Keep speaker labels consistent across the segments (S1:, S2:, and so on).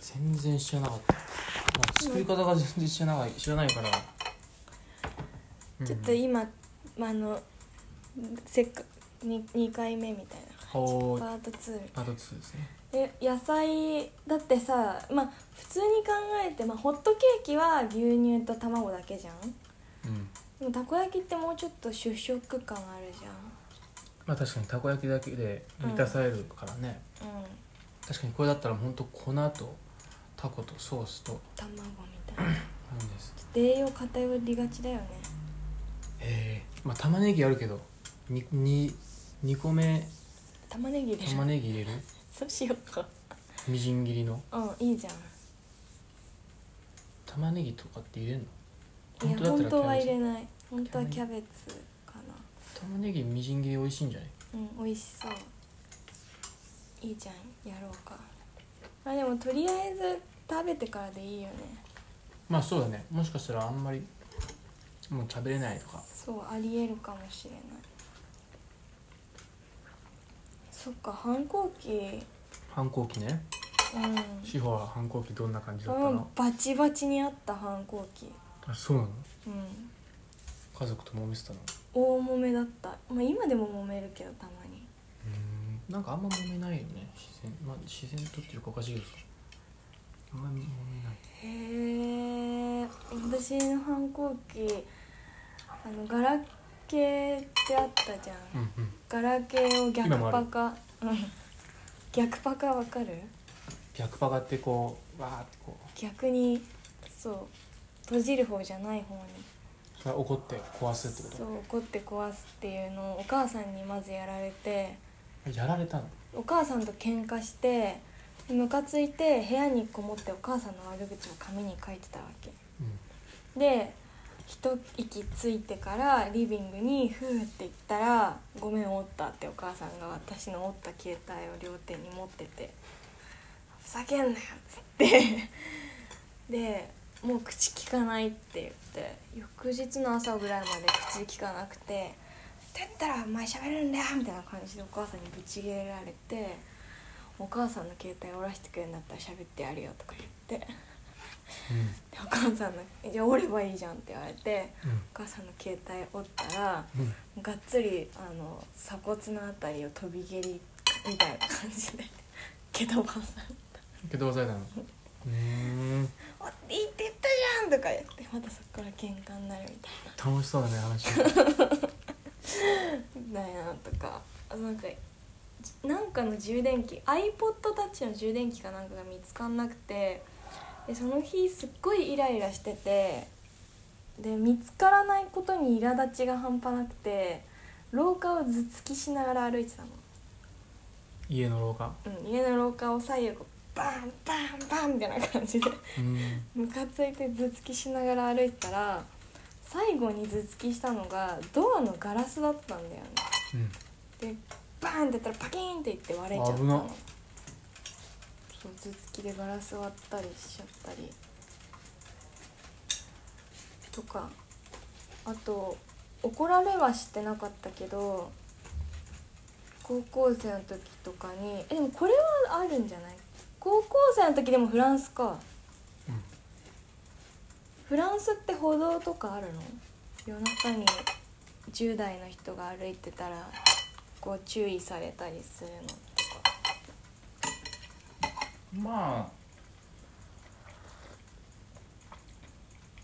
S1: 全然知らなかったまあ作り方が全然知らない知らないから、うん
S2: ちょっと今、まあ、あのせっか 2, 2回目みたいな
S1: ほー
S2: パート2
S1: パート2ですね
S2: え野菜だってさまあ普通に考えて、まあ、ホットケーキは牛乳と卵だけじゃん
S1: うん
S2: でもたこ焼きってもうちょっと主食感あるじ
S1: まあ確かにたこ焼きだけで満たされるからね、
S2: ゃんうん
S1: 確かにこれだったらほんと粉とタコとソースと
S2: 卵みたいな
S1: なんです
S2: ちょっと栄養偏りがちだよね
S1: へえまあ玉ねぎあるけどにに2個目
S2: 玉ねぎ入れる、
S1: 玉ねぎ入れる
S2: そうしようか
S1: みじん切りの
S2: うんいいじゃん
S1: 玉ねぎとかって入れるの
S2: いや本当は入れ
S1: い
S2: ない本当はキャベツかな
S1: 玉ねぎみじん切り美味しいんじゃない
S2: うん美味しそういいじゃんやろうかまあでもとりあえず食べてからでいいよね
S1: まあそうだねもしかしたらあんまりもう食べれないとか
S2: そうありえるかもしれないそっか反抗期
S1: 反抗期ね
S2: うん
S1: 志保は反抗期どんな感じだった
S2: う
S1: の
S2: ん、バチバチにあった反抗期
S1: あそうなの
S2: うん
S1: 家族と揉めてたの
S2: 大揉めだったまあ今でも揉めるけどたまに
S1: うんなんかあんま揉めないよね自然まあ自然とっていうかおかしいですあんまり揉めない
S2: へえ私の反抗期あのガラケーってあったじゃん、
S1: うんうん
S2: ガラケーを逆
S1: 今もあ
S2: パ
S1: る
S2: カ うん逆パカわかる
S1: 逆パカってこうわーってこ
S2: 逆にそう閉じる方じゃない方に
S1: うそれは怒って壊すってこ
S2: そう怒って壊すっていうのをお母さんにまずやられて
S1: とやられたの
S2: お母さんと喧嘩してムカついて部屋にこもってお母さんの悪口を紙に書いてたわけ
S1: うん
S2: で一息ついてからリビングに「ふー」って言ったら「ごめん折った」ってお母さんが私の折った携帯を両手に持ってて「ふざけんなよ」っつってでもう口聞かないって言って翌日の朝ぐらいまで口聞かなくて「だったらお前喋るんだよ」みたいな感じでお母さんにぶち切れられて「お母さんの携帯折らしてくれるんだったら喋ってやるよ」とか言って。でお母さんの「じゃあ折ればいいじゃん」って言われて
S1: うん
S2: お母さんの携帯折ったら
S1: うんうん
S2: がっつりあの鎖骨のあたりを飛び蹴りみたいな感じで 蹴飛ばされた
S1: 受け飛ばされたのうーん
S2: 「折っていいって言ったじゃん!」とか言ってまたそこから喧嘩になるみたい
S1: 楽しそうだね話
S2: なみたいなとかあなんかじなんかの充電器 iPodTouch の充電器かなんかが見つかんなくてでその日すっごいイライラしててで見つからないことに苛立ちが半端なくて廊下を頭突きしながら歩いてたの、
S1: 家の廊下
S2: うん、家の廊下を左右こうバンバンバンみたいな感じで
S1: うん
S2: ムカついて頭突きしながら歩いてたら最後に頭突きしたのがドアのガラスだったんだよね
S1: うん
S2: でバーンってやったらパキーンっていって割れちゃった
S1: 危な
S2: のそう頭突きでガラス割ったりしちゃったりとかあと怒られはしてなかったけど高校生の時とかにえでもこれはあるんじゃない高校生の時でもフランスか
S1: うん
S2: フランスって歩道とかあるの夜中に10代の人が歩いてたらこう注意されたりするのとか
S1: まあ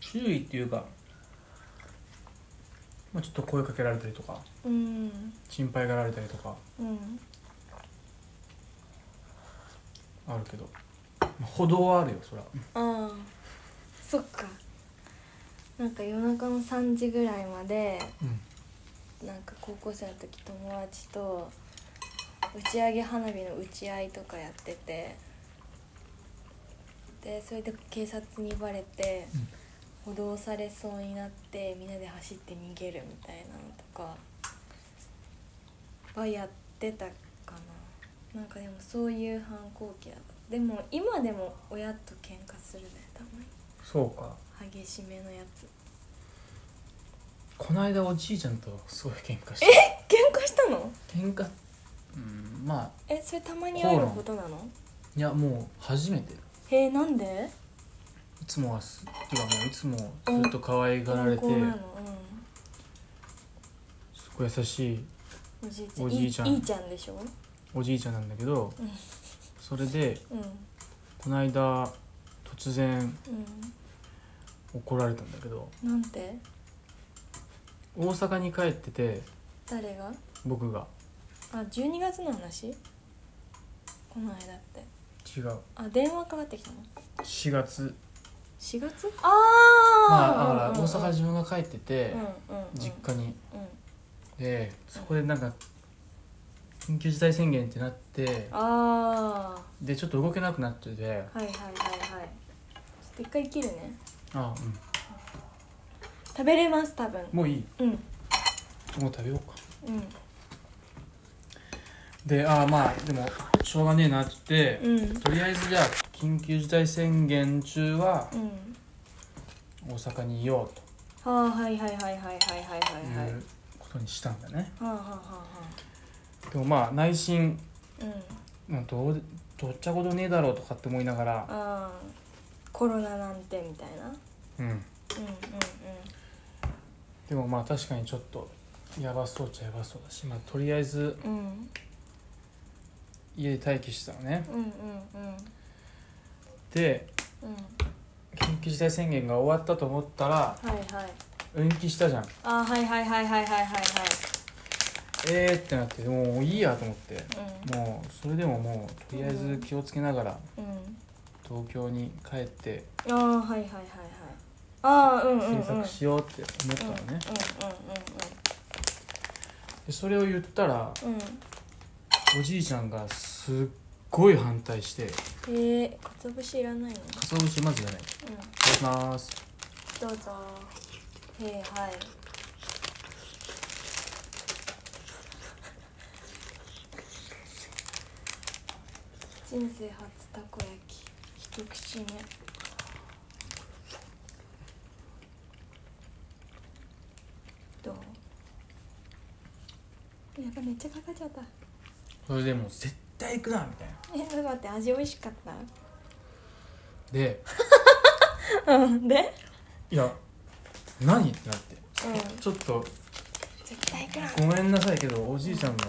S1: 注意っていうか、まあ、ちょっと声かけられたりとか
S2: うん
S1: 心配がられたりとか
S2: うん
S1: あるけど、まあ歩道はあるよそら
S2: ああそっかなんか夜中の3時ぐらいまで
S1: うん
S2: なんか高校生の時友達と打ち上げ花火の打ち合いとかやっててでそれで警察にバレて補導されそうになってみんなで走って逃げるみたいなのとかはやってたかななんかでもそういう反抗期だったでも今でも親と喧嘩するねたま
S1: そうか
S2: に激しめのやつ
S1: こないだおじいちゃんとすごい喧嘩し
S2: え喧嘩したの
S1: た喧嘩うんまあ
S2: えそれたまにあることなの
S1: いやもう初めて
S2: へえなんで
S1: いつもはすてかもういつもずっと可愛がられて
S2: 温厚なの
S1: すごい優しい
S2: うんおじいちゃん
S1: おじいちゃん
S2: いいちゃんでしょ
S1: おじいちゃんなんだけど
S2: うん
S1: それで
S2: うん
S1: この間突然
S2: う
S1: 怒られたんだけど
S2: んなんて
S1: 大阪に帰ってて
S2: 誰が
S1: 僕が
S2: あ12月の話この間って
S1: 違う
S2: あ電話かかってきたの
S1: 4月
S2: 4月あ
S1: まあ
S2: あ
S1: だから大阪自分が帰ってて実家に
S2: うん
S1: でそこでなんか緊急事態宣言ってなって
S2: あ
S1: でちょっと動けなくなってて
S2: あはいはいはいはいちょっと一回切るね
S1: あ
S2: 食べれます多分
S1: うんもういい
S2: うん
S1: もう食べようか
S2: うん
S1: でああまあでもしょうがねえなって言って、
S2: うん
S1: とりあえずじゃあ緊急事態宣言中は
S2: うん
S1: 大阪にいよう
S2: はあはいはいはいはいはいはい
S1: と
S2: はいはい
S1: いうことにしたんだね、
S2: はあはあはあは
S1: でもまあ内心
S2: あうん
S1: まあどうでどっちゃことねえだろうとかって思いながら、
S2: ああコロナなんてみたいなうん
S1: うん、
S2: うん
S1: でもまあ確かにちょっとやばそうっちゃやばそうだし、まあ、とりあえず
S2: うんうん
S1: 家で待機してたのね
S2: うんうんうん
S1: で
S2: うん
S1: 緊急事態宣言が終わったと思ったら
S2: はいはい
S1: 延期したじゃん
S2: あーはいはいはいはいはいはいは
S1: えーってなってもういいやと思って
S2: い
S1: もうそれでももうとりあえず気をつけながら
S2: うんうん
S1: 東京に帰って
S2: ああーはいはいはいはいああうんうんうんうんうんうん
S1: 制作しようって思ったのね、でそれを言ったら
S2: うんうん
S1: おじいちゃんがすっごい反対して
S2: えー、かつぶしいらないの
S1: 「かつお節まずじゃないい
S2: うん
S1: ただきます
S2: どうぞへえはい」人生初たこ焼き一口目どうやばいめっちゃかかっちゃった
S1: それでもう絶対行くなみたいな
S2: えちょっと待って味美味しかっ
S1: で
S2: たうんで
S1: 「いや何?」ってなって
S2: うん
S1: ちょっと
S2: 絶対行くな
S1: ごめんなさいけどおじいちゃんのち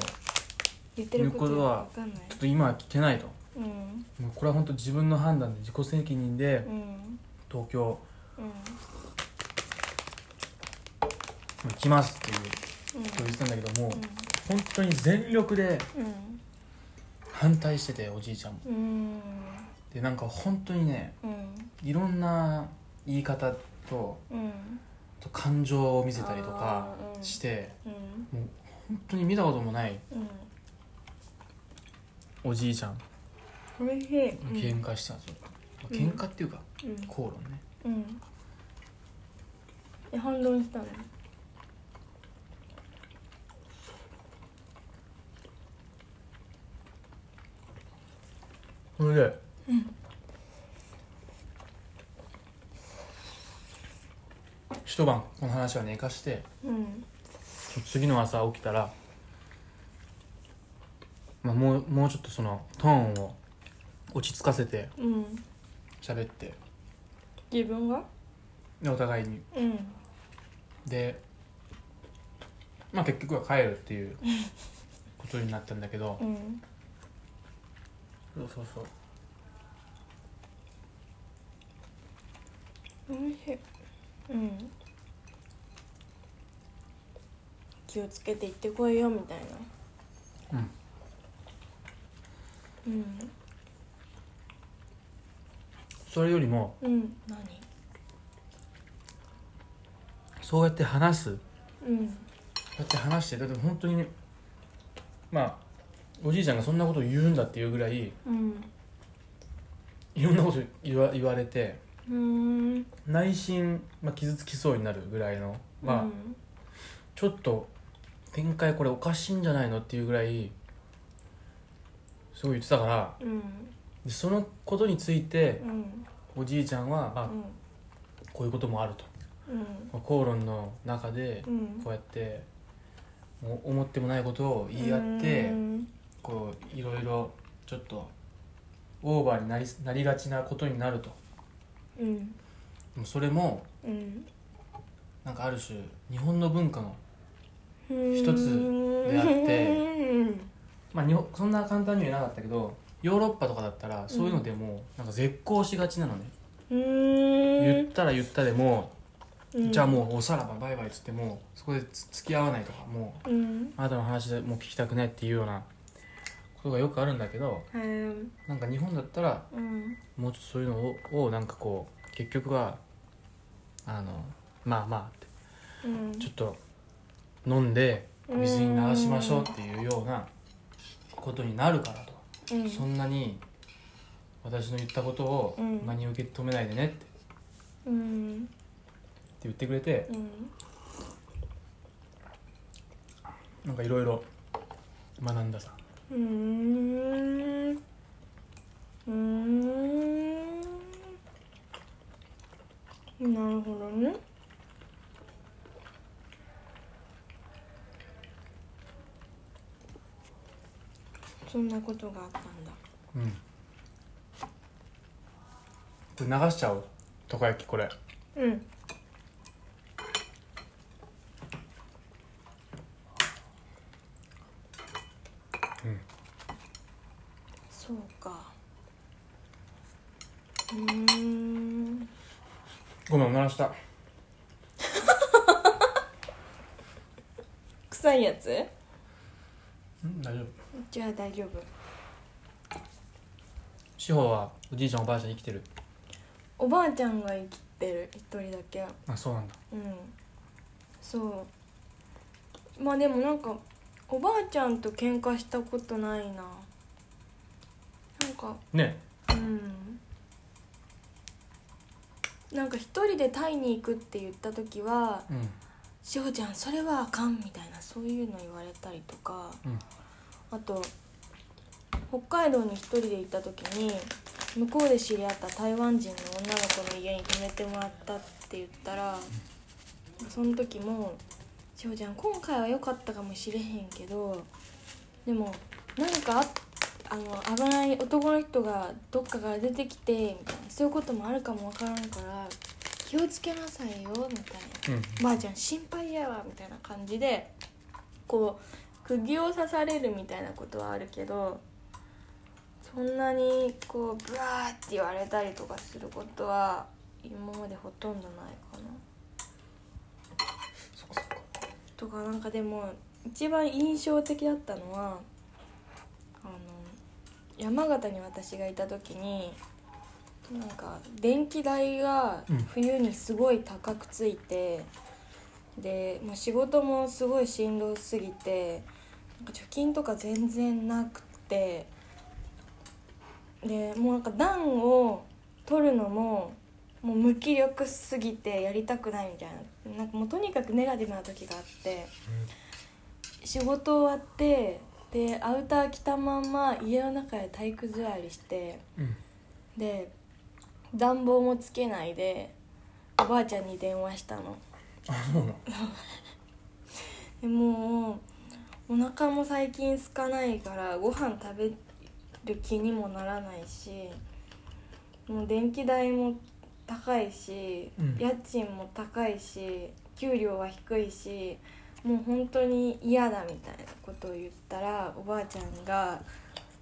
S2: 言ってるこ
S1: 言う
S2: と
S1: ことは
S2: わかんない
S1: ょっと今は聞けないと
S2: うん
S1: もうこれは本当自分の判断で自己責任で
S2: うん
S1: 東京
S2: うん
S1: 行きますっていう
S2: うん
S1: ことを言ってたんだけどもう本当に全力で
S2: うん
S1: 反対してておじいちゃんも
S2: うん
S1: でなんか本当にね
S2: うん
S1: いろんな言い方と
S2: うん
S1: と感情を見せたりとか
S2: あーうん
S1: して
S2: うん
S1: 本当に見たこともない
S2: うん
S1: おじいちゃん
S2: おいしい
S1: 喧嘩したんですよ、
S2: うん
S1: 喧嘩っていうか
S2: うん
S1: 口論ね
S2: うんえ反論したの
S1: それで、一晩この話は寝かして
S2: うん
S1: 次の朝起きたら、まあ、もうもうちょっとそのトーンを落ち着かせて
S2: うん
S1: 喋って
S2: 自分が
S1: でお互いに
S2: うん
S1: でまあ結局は帰るっていうことになったんだけど
S2: うん
S1: そうそうそう
S2: おいしいうん気をつけて行ってこいよみたいなうん
S1: それよりも
S2: うん何
S1: そうやって話す
S2: うん
S1: だって話してだって本当にねまあおじいちゃんがそんなことを言うんだっていうぐらい
S2: うん
S1: いろんなこと言わ言われて
S2: うーん
S1: 内心、まあ、傷つきそうになるぐらいのまあ、
S2: うん
S1: ちょっと展開これおかしいんじゃないのっていうぐらいそう言ってたから
S2: うん
S1: でそのことについて
S2: うん
S1: おじいちゃんは、
S2: う
S1: ま
S2: ん
S1: あ、こういうこともあると
S2: うん
S1: まあ口論の中で
S2: うん
S1: こうやってもう思ってもないことを言い合って
S2: うん
S1: こういろいろちょっとオーバーになりなりがちなことになると
S2: うん
S1: でもそれも
S2: うん
S1: なんかある種日本の文化の、
S2: 一
S1: 一つであって
S2: うん
S1: まあ、日本そんな簡単には言えなかったけどヨーロッパとかだったらそういうのでもなんか絶好しがちなのね、言ったら言ったでも、
S2: うん
S1: じゃあもうおさらばバイバイっつってもそこでつ付き合わないとかもう
S2: うん
S1: あなたの話でもう聞きたくないっていうようなことがよくあるんだけど
S2: うん
S1: なんか日本だったら
S2: うん
S1: もうちょっとそういうのををなんかこう結局はあのまあまあって
S2: うん
S1: ちょっと飲んで水に流しましょうっていうようなことになるからと
S2: うん
S1: そんなに私の言ったことを
S2: うん
S1: 何を受け止めないでねってって
S2: うん
S1: 言ってくれて
S2: うん
S1: なんかいろいろ学んださ
S2: うーんうーんなるほどねそんなことがあったんだ
S1: うんこれ流しちゃおうとか焼きこれ
S2: うんそうかうーん
S1: ごめんおならした
S2: 臭いやつ
S1: うん大丈夫
S2: じゃあ大丈夫
S1: 志保はおじいちゃんおばあちゃん生きてる
S2: おばあちゃんが生きてる一人だけ
S1: あそうなんだ
S2: うんそうまあでもなんかおばあちゃんと喧嘩したことないななんか
S1: ね
S2: うんなんか一人でタイに行くって言った時は
S1: うん
S2: 「しほちゃんそれはあかん」みたいなそういうの言われたりとか
S1: うん
S2: あと北海道に一人で行った時に向こうで知り合った台湾人の女の子の家に泊めてもらったって言ったらその時も「しほちゃん今回は良かったかもしれへんけどでもなんかああの危ない男の人がどっかから出てきてみたいなそういうこともあるかもわからんから気をつけなさいよ」みたいな。
S1: うん
S2: ばあちゃん心配やわみたいな感じでこう釘を刺されるみたいなことはあるけどそんなにこうブワーって言われたりとかすることは今までほとんどないかな。
S1: そっかそっか
S2: とかなんかでも一番印象的だったのはあの山形に私がいた時になんか電気代が
S1: うん
S2: 冬にすごい高くついて、でもう仕事もすごいしんどすぎてなんか貯金とか全然なくてでもうなんか暖を取るのももう無気力すぎてやりたくないみたいななんかもうとにかくネガティブな時があって仕事終わってでアウター着たまんま家の中で体育座りして
S1: うん
S2: で暖房もつけないでおばあちゃんに電話したの
S1: あそうなの
S2: でもうお腹も最近空かないからご飯食べる気にもならないしもう電気代も高いし、
S1: うん
S2: 家賃も高いし給料は低いしもう本当に嫌だみたいなことを言ったらおばあちゃんが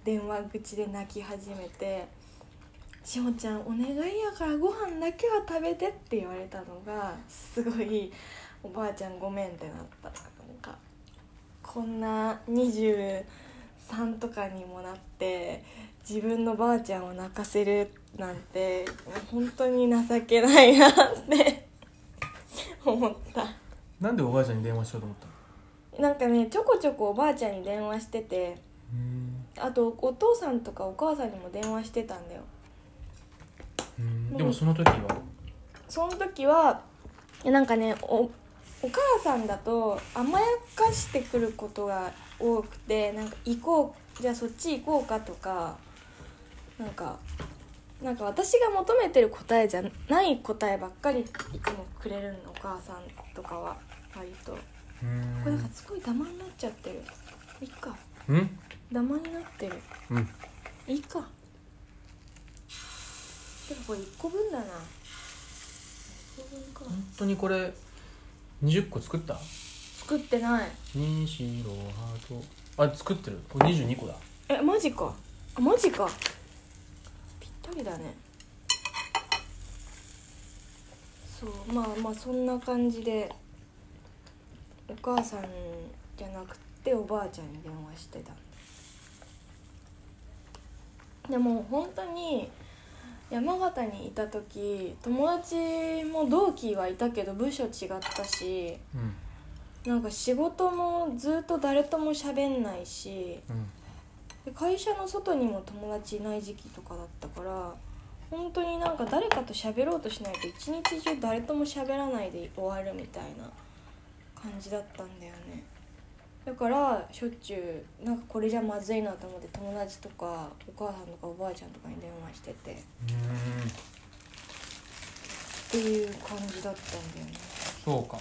S2: 電話口で泣き始めて「しほちゃんお願いやからご飯だけは食べて」って言われたのがすごい「おばあちゃんごめん」ってなったなんかこんな23とかにもなって自分のばあちゃんを泣かせるなんてもう本当に情けないなって 思った。
S1: なんでおばあちゃんに電話しようと思ったの
S2: なんかねちょこちょこおばあちゃんに電話してて
S1: うん
S2: あとお父さんとかお母さんにも電話してたんだよ
S1: うんでもその時は
S2: その時はなんかねおお母さんだと甘やかしてくることが多くてなんか行こうじゃあそっち行こうかとかなんかなんか私が求めてる答えじゃない答えばっかりいつもくれるのお母さんとかは割とこ
S1: う
S2: れなんかすごいダマになっちゃってるいいか
S1: うん
S2: ダマになってる
S1: うん
S2: いいかてかこれ1個分だな1個分か
S1: 本当にこれ20個作った
S2: 作ってない
S1: 2 4 6ハートあ作ってるこれ22個だ
S2: えマジかあマジかぴったりだねそうまあまあそんな感じでお母さんじゃなくておばあちゃんに電話してたでも本当に山形にいた時友達も同期はいたけど部署違ったし
S1: うん
S2: なんか仕事もずっと誰とも喋んないし
S1: うん
S2: で会社の外にも友達いない時期とかだったから本当になんか誰かと喋ろうとしないと一日中誰とも喋らないで終わるみたいな感じだったんだよねだからしょっちゅうなんかこれじゃまずいなと思って友達とかお母さんとかおばあちゃんとかに電話してて
S1: うん
S2: っていう感じだったんだよね
S1: そうか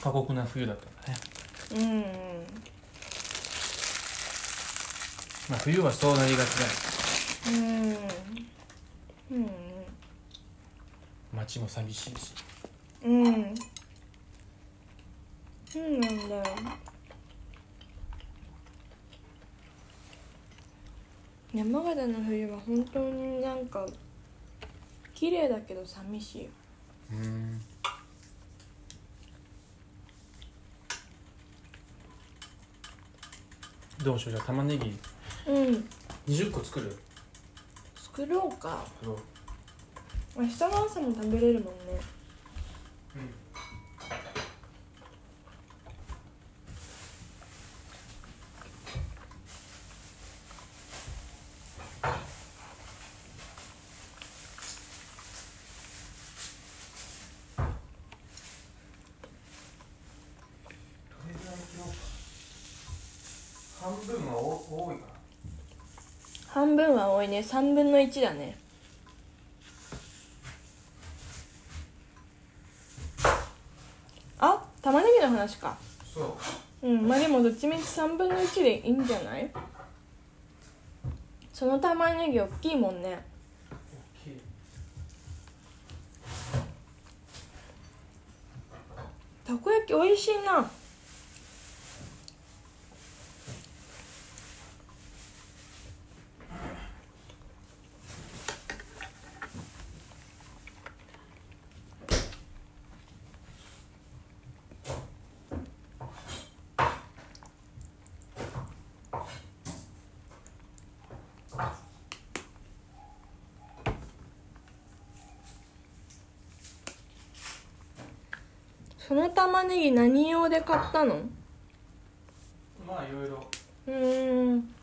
S1: 過酷な冬だったんだね
S2: うんうんうん
S1: まあ冬はそうなりがちだよ
S2: うんうん
S1: 街も寂しいし
S2: うんうんそうなんだよ山形の冬は本当になんか綺麗だけど寂しいよ
S1: うんどうしようじゃあ玉ねぎ
S2: うん
S1: 20個作る
S2: 作ろうか
S1: うん
S2: 明日の朝も食べれるもんね
S1: 半分は多いか
S2: 半分は多いね3分の1だねあ玉ねぎの話か
S1: なそう
S2: うんまあでもどっちみち3分の1でいいんじゃないその玉ねぎ大きいもんね
S1: 大きい
S2: たこ焼き美味しいなその玉ねぎ何用で買ったの
S1: まあいろいろ
S2: うーん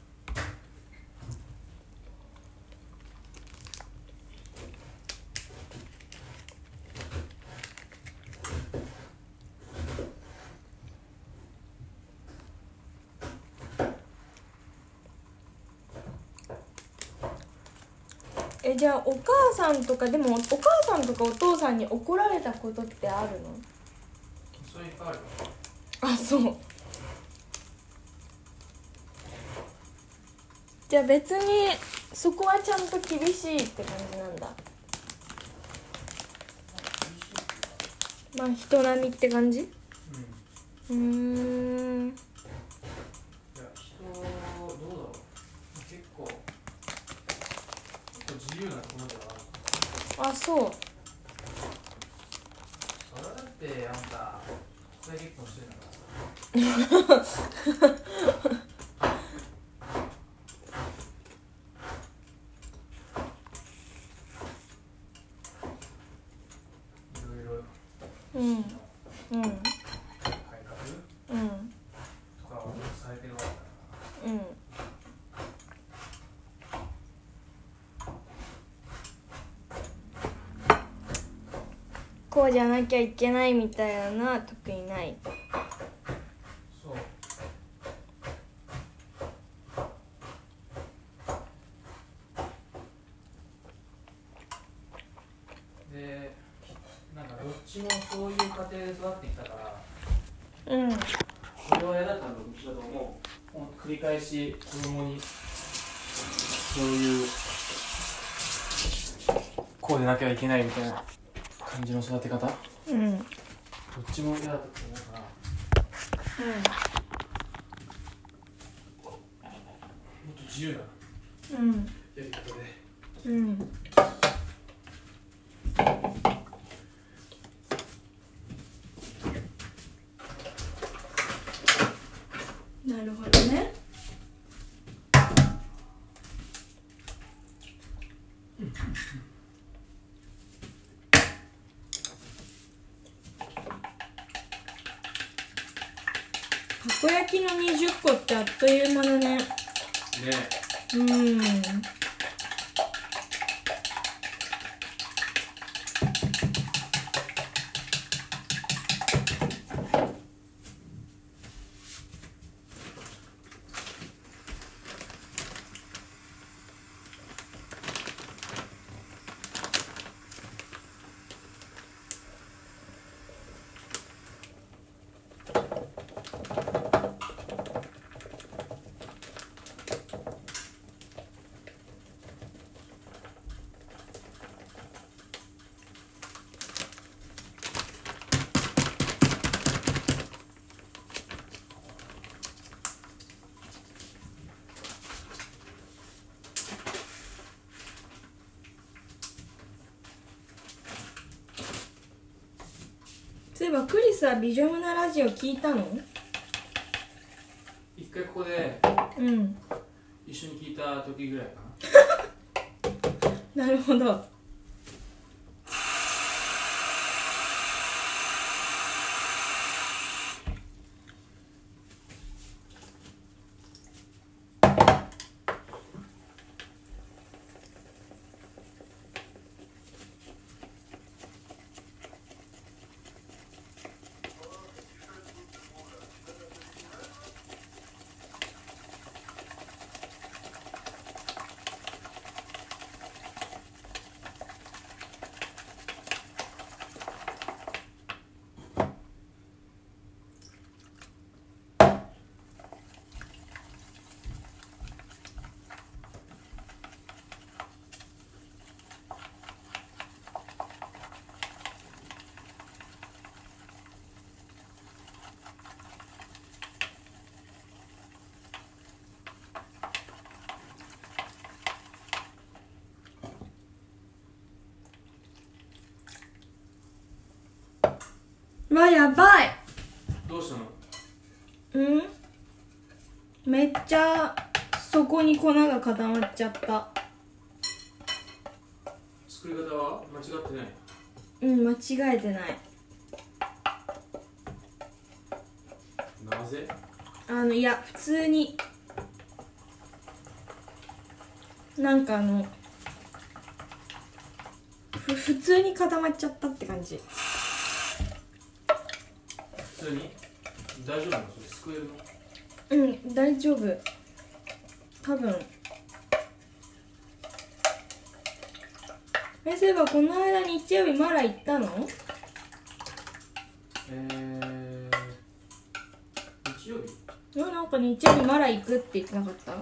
S2: えじゃあお母さんとかでもお母さんとかお父さんに怒られたことってあるの
S1: それいっぱいある
S2: あそうじゃあ別にそこはちゃんと厳しいって感じなんだまあ人並みって感じ
S1: うんいう
S2: ーん
S1: や人どうだろう結構結構自由なところではある
S2: あそう
S1: それはだってあんた国際結婚してるんだからいろいろ
S2: うんうん
S1: 改革
S2: うん
S1: とかをされてるわけだから
S2: うんこうじゃなきゃいけないみたいなのは特にない
S1: そうでなんかどっちもそういう家庭で育ってきたから
S2: うん
S1: これは嫌だったんだと思う繰り返し子供にそういうこうでなきゃいけないみたいな感じの育て方どっ
S2: うんうん
S1: ちも嫌だったと思うからもっと自由な
S2: うん
S1: やり方で
S2: うんなるほどねたこ焼きの20個ってあっという間だね
S1: ね
S2: うんそういえばクリスはビジョムなラジオ聞いたの
S1: 一回ここで
S2: うん
S1: 一緒に聞いた時ぐらいかな
S2: なるほどわやばい
S1: どうしたの
S2: うんめっちゃそこに粉が固まっちゃった
S1: 作り方は間違ってない
S2: うん間違えてない
S1: なぜ
S2: あのいや普通になんかあのふ普通に固まっちゃったって感じ
S1: 普通に大丈夫なのそれ救えるの
S2: うん大丈夫多分えそういえばこの間日曜日マラ行ったの
S1: えー、日曜日
S2: えなんか日曜日マラ行くって言ってなかった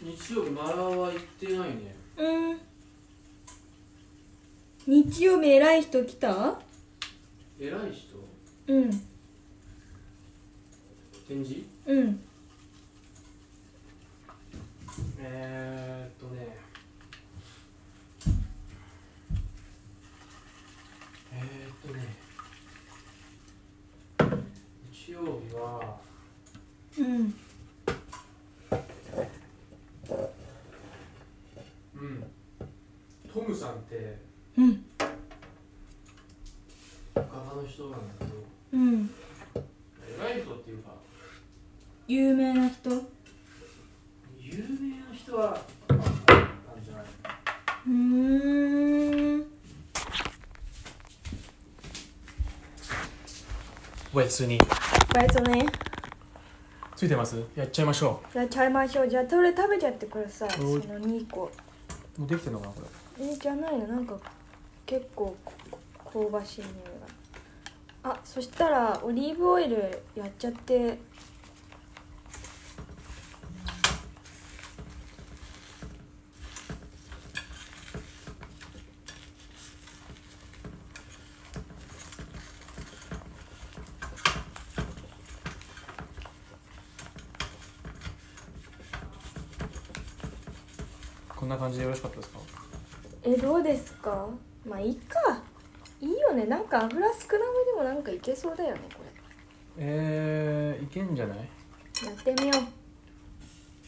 S1: 日曜日マラは行ってないね
S2: うん日曜日偉い人来た
S1: 偉い人
S2: うん
S1: 展示
S2: うん
S1: えー、っとねえー、っとね日曜日は
S2: うん
S1: うんトムさんって
S2: うん
S1: 画家の人なんだけど
S2: うん
S1: 偉い人っていうか
S2: 有名な人う
S1: 有名な人はまあなんじゃない
S2: ーん
S1: Wait に
S2: バイトね
S1: ついてますやっちゃいましょ
S2: じゃあちゃいましょうじゃあそれ食べちゃってくださいそ
S1: お
S2: の
S1: い
S2: 2個
S1: うもうできてんのかなこれ
S2: えじゃないのなんか結構ここ香ばしい匂いがあそしたらオリーブオイルやっちゃって
S1: こんな感じでよろしかったですか
S2: えどうですかまあいいかいいよねなんか油少なめでもなんかいけそうだよねこ
S1: えー、いけんじゃない
S2: れやってみよ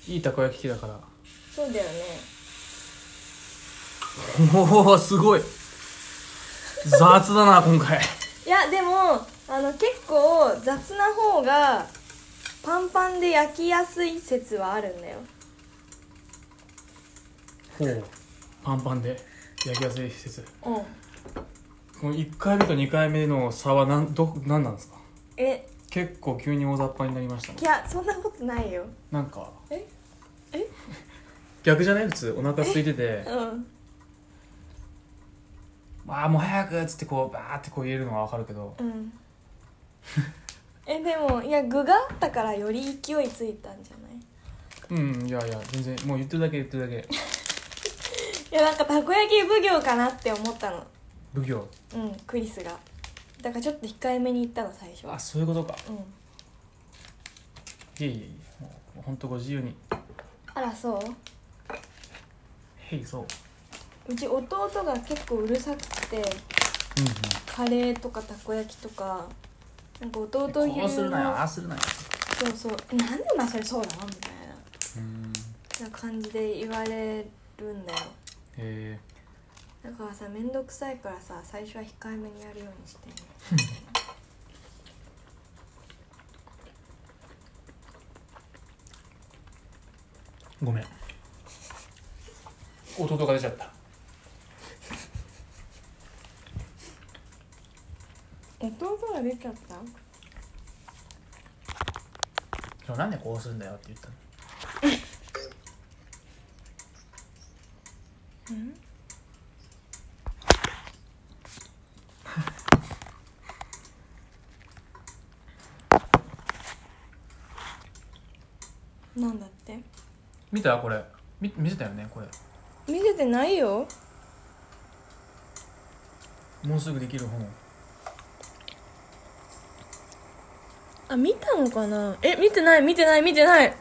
S2: う
S1: いいたこ焼き器だから
S2: そうだよね
S1: おおすごい雑だな今回
S2: いやでもあの結構雑な方がパンパンで焼きやすい説はあるんだよ
S1: ほうパンパンで焼きやすい施設
S2: うん
S1: この1回目と2回目の差はなんど何なんですか
S2: え
S1: 結構急に大雑把になりましたね
S2: いやそんなことないよ
S1: なんか
S2: ええ
S1: 逆じゃない普通お腹空いてて
S2: うん
S1: 「ああもう早く」っつってこうバーってこう言えるのはわかるけど
S2: うんえでもいや具があったからより勢いついたんじゃない
S1: うんいやいや全然もう言ってるだけ言ってるだけ
S2: いやなんかたこ焼き奉行かなって思ったの
S1: 奉行
S2: うんクリスがだからちょっと控えめに言ったの最初
S1: あ
S2: は
S1: そういうことか
S2: うん
S1: いえいえいえもうほんとご自由に
S2: あらそう
S1: へいそううん
S2: うち弟が結構うるさくてカレーとかたこ焼きとかなんか弟
S1: うんこうす
S2: 昼
S1: るなよあ
S2: の
S1: あするなよ
S2: そうそう「えなんでお前それそうなの?」みたいな
S1: うん
S2: な感じで言われるんだよ
S1: へえ
S2: だからさ面倒くさいからさ最初は控えめにやるようにしてね
S1: ごめん弟が出ちゃった
S2: 弟が出ちゃった
S1: 今日なんでこうするんだよって言ったの
S2: うんなんだって
S1: 見たこれ見見せたよねこれ
S2: 見せてないよ
S1: もうすぐできる本
S2: あ見たのかなえ見てない見てない見てない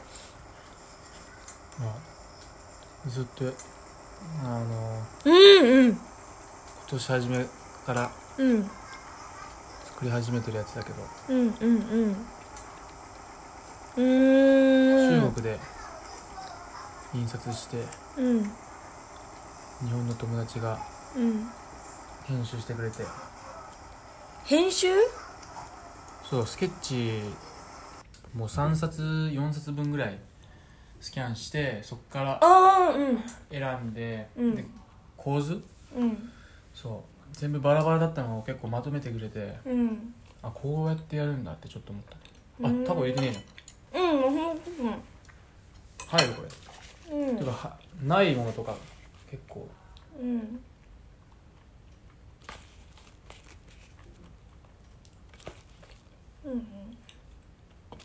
S1: あずっとあの
S2: うんうん
S1: 今年初めから
S2: うん
S1: 作り始めてるやつだけど、
S2: うんうんうんうーん
S1: 中国で印刷して
S2: うん
S1: 日本の友達が
S2: うん
S1: 編集してくれて
S2: 編集
S1: そうスケッチもう3冊4冊分ぐらいスキャンしてそっから
S2: ああうん
S1: 選んで,、
S2: うん
S1: で構図
S2: うん
S1: そう全部バラバラだったのを結構まとめてくれて
S2: うん
S1: あこうやってやるんだってちょっと思った
S2: う
S1: あ
S2: ん
S1: タコ入れてねえじ
S2: うんほんと
S1: ゃん入るこれ
S2: うんうん
S1: てかはないものとか結構
S2: うんうんうん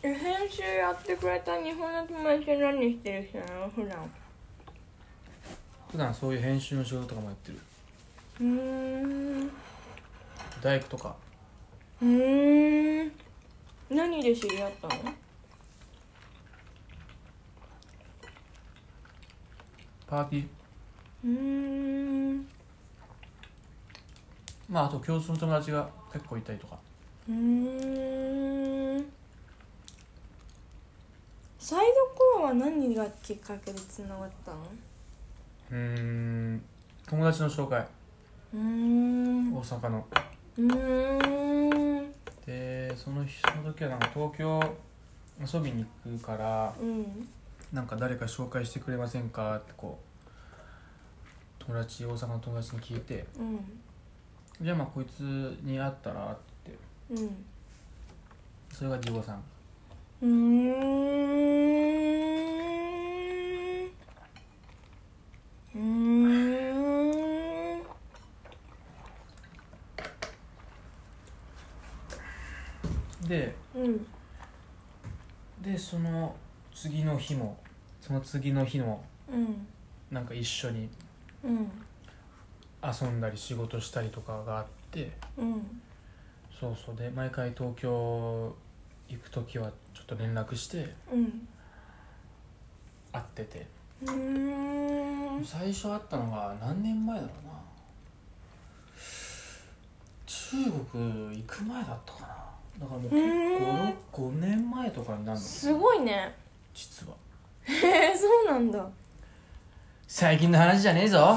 S2: え編集やってくれた日本の友達は何してる人なの普段
S1: 普段そういう編集の仕事とかもやってる
S2: うーんう
S1: 大工とか
S2: ーん何で知り合ったの
S1: パーティー
S2: うーん
S1: まああと共通の友達が結構いたりとか
S2: うーんサイドコアは何がきっかけでつながったの
S1: うーん友達の紹介
S2: うーん
S1: 大
S2: う
S1: 阪の
S2: ーん
S1: でその日その時はなんか東京遊びに行くから
S2: うん
S1: なんか誰か紹介してくれませんかってこう友達大阪の友達に聞いて
S2: うん
S1: じゃあまあこいつに会ったらって
S2: うん
S1: それがディゴさん
S2: うーんうーん
S1: で
S2: うん
S1: でその次の日もその次の日の
S2: うん
S1: なんか一緒に
S2: うん
S1: 遊んだり仕事したりとかがあって
S2: うん
S1: そうそうで毎回東京行く時はちょっと連絡して
S2: うん
S1: 会ってて
S2: うーんん
S1: 最初会ったのが何年前だろうな中国行く前だったかなだからもう結
S2: へー
S1: 構 5, 年前とかになるの
S2: すごいね
S1: 実は
S2: へえそうなんだ
S1: 最近の話じゃねえぞ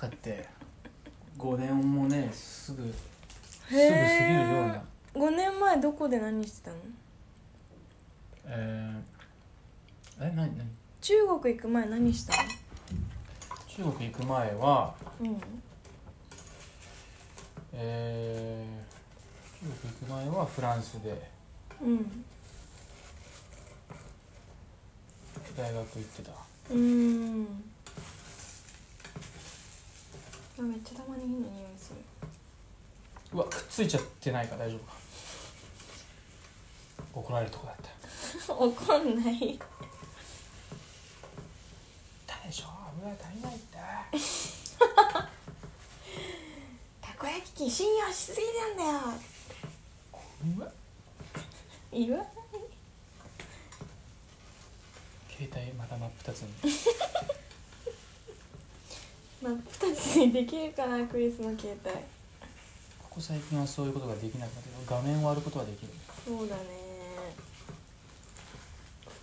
S1: だって5年もねすぐすぐ過ぎるような
S2: 5年前どこで何してたの
S1: えー、え何何
S2: 中国行く前何した
S1: 中国行く前は
S2: のうん
S1: えー、中国行く前はフランスで
S2: うん
S1: 大学行ってた
S2: うーんあめっちゃ玉ねぎの匂いする
S1: うわくっついちゃってないか大丈夫か怒られるとこだった
S2: 怒んない
S1: だでしょ油足りないって
S2: たこ焼き器信用しすぎたんだよ
S1: うわ
S2: 言わ
S1: 携帯また真っ二つに
S2: まあ2つにできるかなクリスの携帯
S1: ここ最近はそういうことができなくなって画面を割ることはできる
S2: そうだね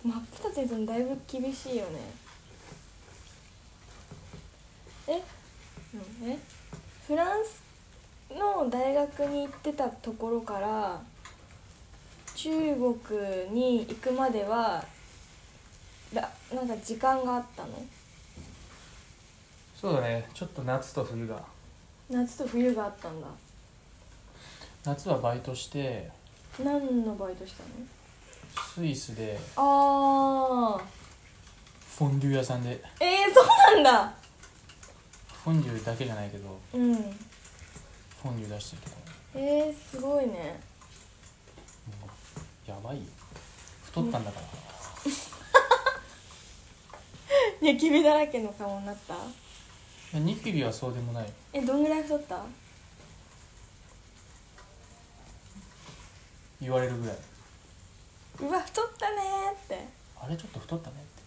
S2: 真っ二つにするのだいぶ厳しいよねえ、うん、えフランスの大学に行ってたところから中国に行くまではらなんか時間があったの
S1: そうだねちょっと夏と冬が
S2: 夏と冬があったんだ
S1: 夏はバイトして
S2: 何のバイトしたの
S1: スイスで
S2: ああ
S1: フォンデュ屋さんで
S2: えー、そうなんだ
S1: フォンデュだけじゃないけど
S2: うん
S1: フォンデュ出してるとこ
S2: えー、すごいね
S1: もうやばいよ太ったんだから、
S2: ニキビだらけの顔になった
S1: いやニキビはそうでもない
S2: えどんぐらい太った
S1: 言われるぐらいう
S2: わ太ったねーって
S1: あれちょっと太ったねって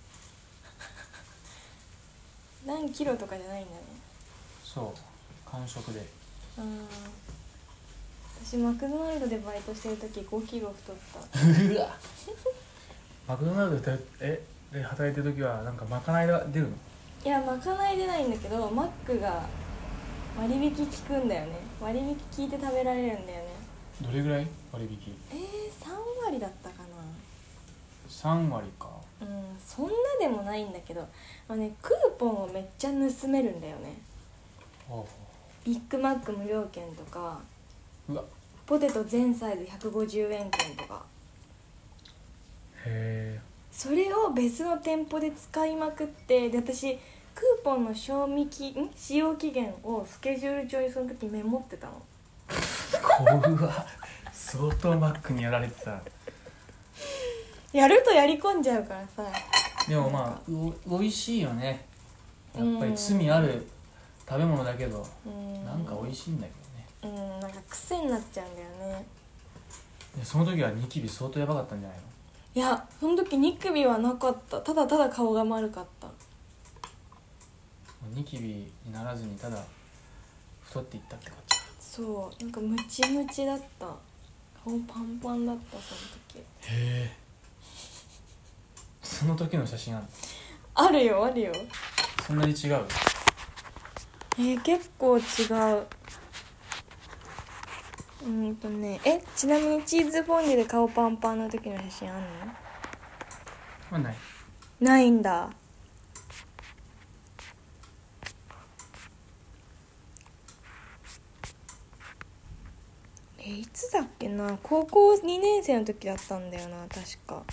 S2: 何キロとかじゃないんだね
S1: そう感触で
S2: あー私マクドナルドでバイトしてる時5キロ太った
S1: うわマクドナルドでえで働いてる時はなんかまかないが出るの
S2: いやまかないでないんだけどマックが割引効くんだよね割引効いて食べられるんだよね
S1: どれぐらい割引
S2: えー、3割だったかな
S1: 3割か
S2: うんそんなでもないんだけど、まあね、クーポンをめっちゃ盗めるんだよね
S1: ほうほ
S2: ビッグマック無料券とか
S1: ううわ
S2: ポテト全サイズ150円券とか
S1: へえ
S2: それを別の店舗で使いまくってで私クーポンの賞味期ん使用期限をスケジュール帳にその時メモってたの
S1: こうわ相当マックにやられてた
S2: やるとやり込んじゃうからさ
S1: でもまあお美味しいよねやっぱ
S2: うん
S1: り罪ある食べ物だけど
S2: うん
S1: なんか美味しいんだけどね
S2: うんなんか癖になっちゃうんだよね
S1: でその時はニキビ相当やばかったんじゃないの
S2: いやその時ニキビはなかったただただ顔が丸かった
S1: もうニキビにならずにただ太っていったってこっちゃ
S2: そうなんかムチムチだった顔パンパンだったその時
S1: へえその時の写真ある
S2: あるよあるよ
S1: そんなに違う
S2: えー、結構違ううーんとねえちなみにチーズフォンデュで顔パンパンの時の写真あんの
S1: まあない
S2: ないんだえーいつだっけな高校2年生の時だったんだよな確か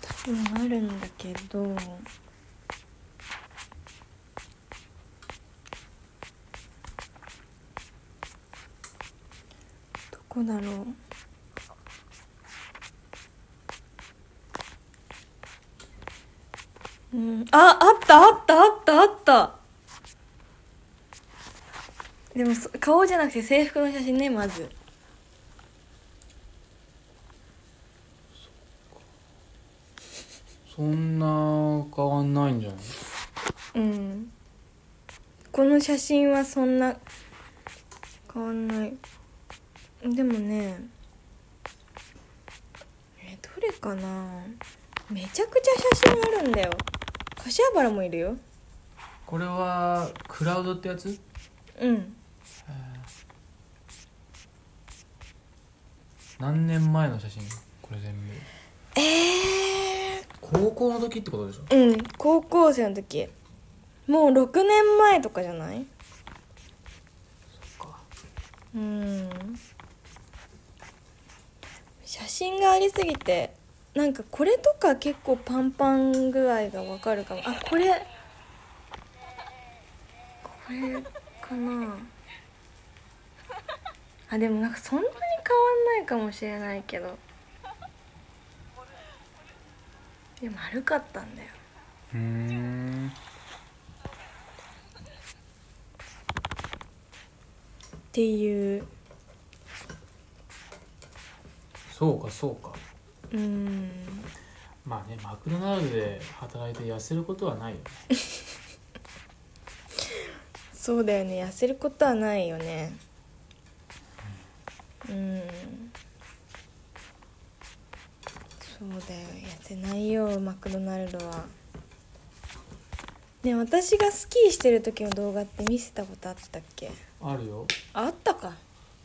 S2: 多分あるんだけどどこだろううん、あ、あったあったあったあったでもそ顔じゃなくて制服の写真ねまず
S1: そんな変わんないんじゃない
S2: うんこの写真はそんな変わんないでもねえどれかなめちゃくちゃ写真あるんだよ柏原もいるよ
S1: これはクラウドってやつ
S2: うん
S1: 何年前の写真これ全部
S2: え
S1: 高校の時ってことでしょ
S2: ー、うん高校生の時もう6年前とかじゃないうん写真がありすぎてなんかこれとか結構パンパン具合がわかるかもあこれこれかなあでもなんかそんなに変わんないかもしれないけどでも丸かったんだよ
S1: うん
S2: っていう
S1: そうかそうか
S2: うん
S1: まあねマクドナルドで働いて痩せることはないよね
S2: そうだよね痩せることはないよねうんそうだよ痩せないよマクドナルドはね私がスキーしてる時の動画って見せたことあったっけ
S1: あるよ
S2: ああったか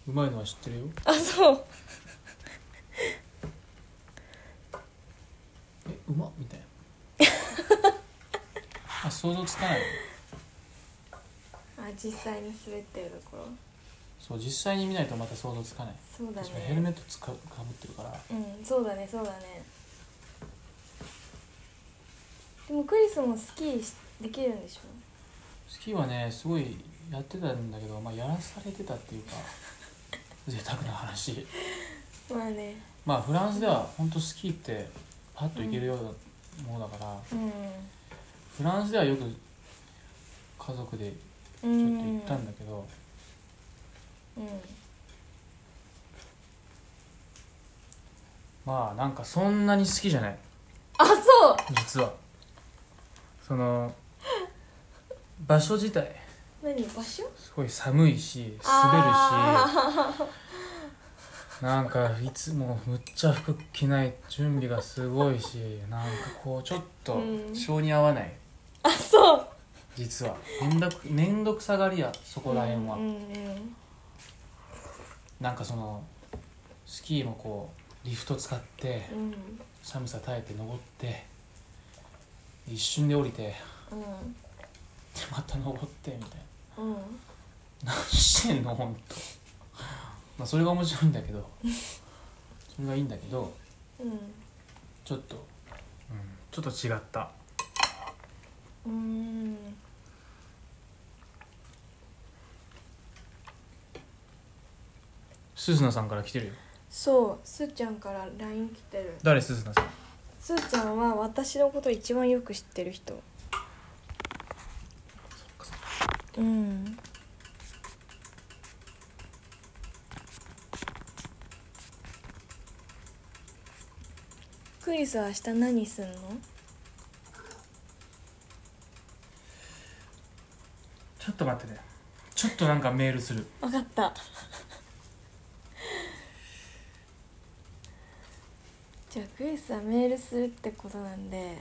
S1: うまいのは知ってるよ
S2: あそう
S1: えうまっみた いなあ想像つかない
S2: あ実際に滑ってるところ
S1: そう実際に見ないとまた想像つかない
S2: そうだ
S1: 私もヘルメットつかかぶってるから
S2: うんそうだねそうだねでもクリスもスキーしできるんでしょ
S1: スキーはねすごいやってたんだけど、まあ、やらされてたっていう か贅沢な話
S2: まあね
S1: まあフランスでは本当スキーってパッと行けるようなものだから、
S2: うん
S1: フランスではよく家族でち
S2: ちょ
S1: ょっと行ったんだけど、
S2: うん
S1: まあなんかそんなに好きじゃない
S2: あそう
S1: 実はその場所自体
S2: 何場所
S1: すごい寒いし滑るし
S2: あー
S1: なんかいつもむっちゃ服着ない準備がすごいしなんかこうちょっと
S2: うん
S1: 性に合わない、
S2: あそう
S1: 実はめんどくめんどくさがりやそこら辺は、
S2: うんうん
S1: なんかそのスキーもこうリフト使って
S2: うん
S1: 寒さ耐えて登って一瞬で降りてで
S2: う
S1: また登ってみたい
S2: んうん
S1: な何してんのほんとまあそれが面白いんだけどそれがいいんだけど
S2: うん
S1: ちょっと、うん、ちょっと違った
S2: うーん
S1: スズナさんから来てるよ
S2: そうすーちゃんから LINE 来てる
S1: 誰スズナさん
S2: すーちゃんは私のこと一番よく知ってる人うんクリスは明日何すんの
S1: ちょっと待ってねちょっとなんかメールする
S2: 分かったじゃあクリスはメールするってことなんで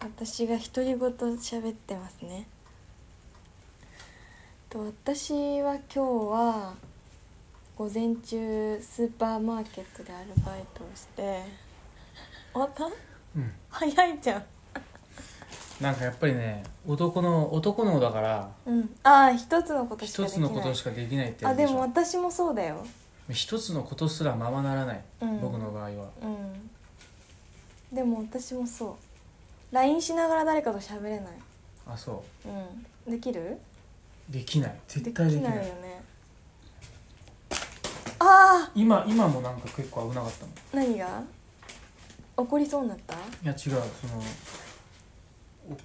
S2: 私が独り言喋ってますねと私は今日は午前中スーパーマーケットでアルバイトをして終わった
S1: うん
S2: 早いじゃん
S1: なんかやっぱりね男の男の子だから
S2: うんああ一つのことしか
S1: 一
S2: でき
S1: つ
S2: な
S1: の
S2: い
S1: ことしかできないってや
S2: あ
S1: つで
S2: で
S1: し
S2: も
S1: ょ
S2: 私もそうだよ
S1: 一つのことすらままならない、
S2: うん
S1: 僕の場合は
S2: うんでも私もそう LINE しながら誰かと喋れない
S1: あそ
S2: うんできる
S1: うできない絶対できない
S2: よねあ
S1: 今今もなんか結構危なかったもんい
S2: あ何が怒りそうになった
S1: や違うそのお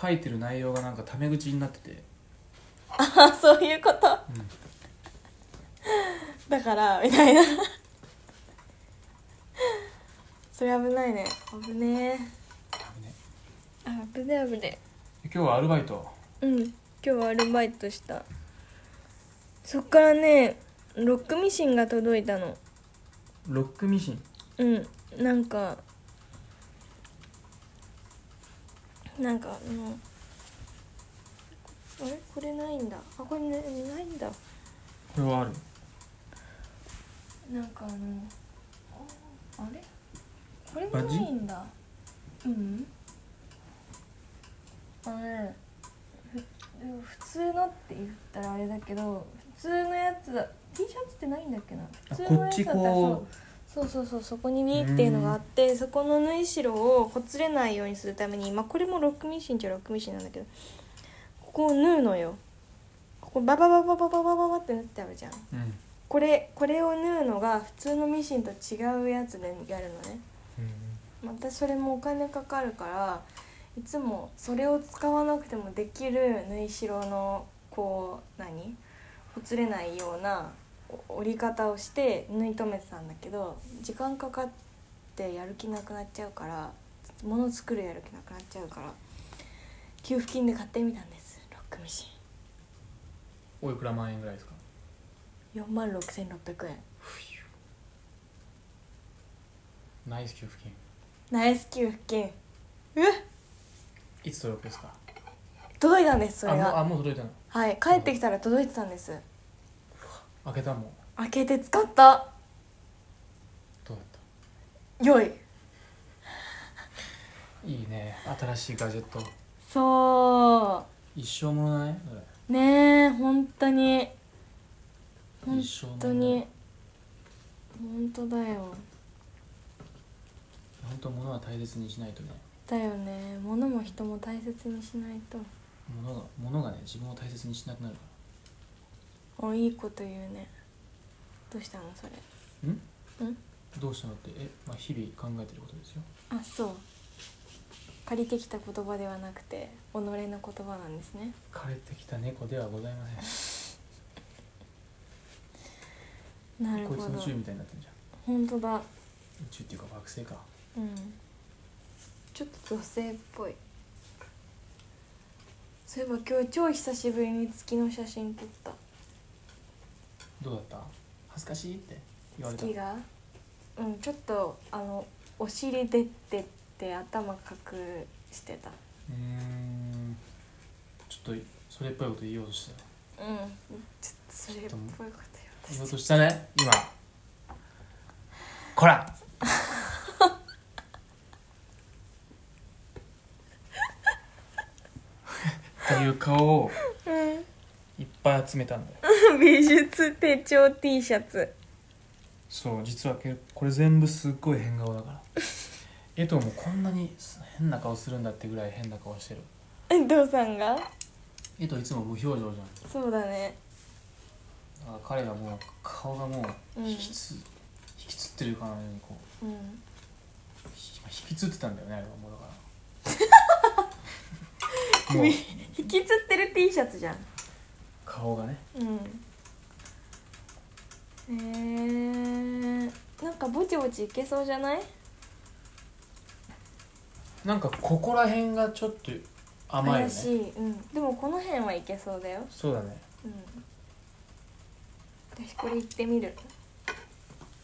S1: 書いてる内容がなんかタメ口になってて
S2: ああ そういうこと、だからみたいな それ危ないね危ねえあぶねあぶね
S1: 今日はアルバイト
S2: うん今日はアルバイトしたそっからねロックミシンが届いたの
S1: ロックミシン
S2: うんなんかなんかあのあれこれないんだあこれ、ね、ないんだ
S1: これはある
S2: なんかあのああれこれがないんだうんあのねふでも普通のって言ったらあれだけど普通のやつだ T シャツってないんだっけな
S1: あ
S2: 普通
S1: こ
S2: の
S1: っ
S2: やつ
S1: ち
S2: だったらそう
S1: こ
S2: そうそうそうそこにビーっていうのがあってそこの縫い代をほつれないようにするためにまあこれもロックミシンっちゃロックミシンなんだけどここを縫うのよここバババババババババって縫ってあるじゃん
S1: う、うん
S2: これこれを縫うのが普通のミシンと違うやつでやるのねまたそれもお金かかるからいつもそれを使わなくてもできる縫い代のこう何ほつれないようなお折り方をして縫い留めてたんだけど時間かかってやる気なくなっちゃうから物作るやる気なくなっちゃうから給付金で買ってみたんですロックミシ
S1: おいくら万円ぐらいですか
S2: ン4万6600円
S1: ナイス給付金
S2: ナイス給付金
S1: いつ届くですか
S2: 届いたんですそ
S1: あ
S2: れ
S1: もう
S2: が
S1: あもう届いたの
S2: はい帰ってきたら届いてたんです
S1: 開けたもん
S2: 開けて使った
S1: どうだっ
S2: 良い
S1: たいいね新しいガジェット
S2: そ
S1: 一生ものないそれ
S2: うねえ本当に本
S1: 一生も
S2: 当
S1: のない
S2: に本当だよ
S1: 本当物は大切にしないとね
S2: だよね物も人も大切にしないと
S1: 物が物がね自分を大切にしなくなるか
S2: おいいこと言うねどうしたのそれ
S1: らん
S2: うん
S1: どうしたのってえ、まあ、日々考えてることですよ
S2: あそう借りてきた言葉ではなくて己の言葉なんですね
S1: 枯れてきた猫ではございません
S2: な る
S1: こ
S2: ほ
S1: いつ
S2: ど
S1: の宙みたいになってんじゃん
S2: 本当だ
S1: 宇宙っていうか惑星か
S2: うんちょっと女性っぽいそういえば今日超久しぶりに月の写真撮った
S1: どうだった恥ずかしいって言われた
S2: 月がうんちょっとあのお尻出てって頭隠してた
S1: うーんちょっとそれっぽいこと言おうとしたよ
S2: うんちょっとそれっぽいこと
S1: 言
S2: 言
S1: お
S2: お
S1: うと
S2: うとし
S1: したね今こ ら っていう顔を
S2: たうん
S1: いっぱい集めたんだよ
S2: 美術手帳 T シャツ
S1: そう実はけこれ全部すっごい変顔だから江藤もこんなに変な顔するんだってぐらい変な顔してる
S2: 遠藤さんが
S1: 江藤いつも無表情じゃん
S2: そうだね
S1: だから彼がもう顔がもう
S2: うん
S1: 引きつ、引きつってるかのようにこう
S2: うん
S1: ひ引きつってたんだよねあれはもうだから もう
S2: 引きつってる T シャツじゃん
S1: 顔がね
S2: うんえー、なんかぼちぼちいけそうじゃない
S1: なんかここら辺がちょっと甘いよ
S2: 怪し
S1: ね
S2: い、うん、でもこの辺はいけそうだよ
S1: そうだね
S2: うん私これ行ってみる